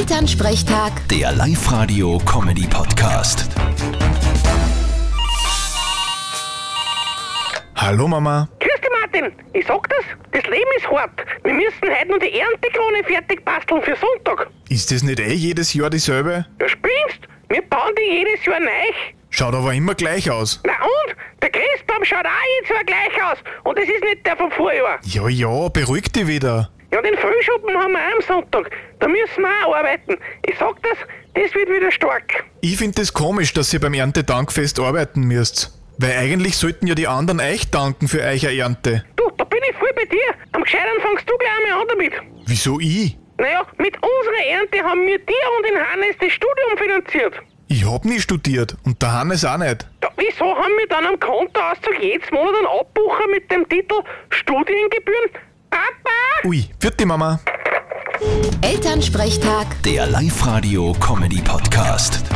Elternsprechtag, Der Live-Radio-Comedy-Podcast. Hallo Mama. Grüß dich, Martin. Ich sag das, das Leben ist hart. Wir müssen heute noch die Erntekrone fertig basteln für Sonntag. Ist das nicht eh jedes Jahr dieselbe? Du spinnst? Wir bauen die jedes Jahr neu. Schaut aber immer gleich aus. Na und? Der Christbaum schaut auch jedes Jahr gleich aus. Und das ist nicht der vom Vorjahr. Ja, ja, beruhig dich wieder. Ja, den Frühschuppen haben wir auch am Sonntag. Da müssen wir auch arbeiten. Ich sag das, das wird wieder stark. Ich find das komisch, dass ihr beim Erntedankfest arbeiten müsst. Weil eigentlich sollten ja die anderen euch danken für eure Ernte. Du, da bin ich voll bei dir. Am Gescheitern fangst du gleich einmal an damit. Wieso ich? Naja, mit unserer Ernte haben wir dir und den Hannes das Studium finanziert. Ich hab nie studiert und der Hannes auch nicht. Ja, wieso haben wir dann am Kontoauszug jedes Monat einen Abbucher mit dem Titel Studiengebühren? Papa! Ui, vierte Mama. Elternsprechtag. Der Live-Radio-Comedy-Podcast.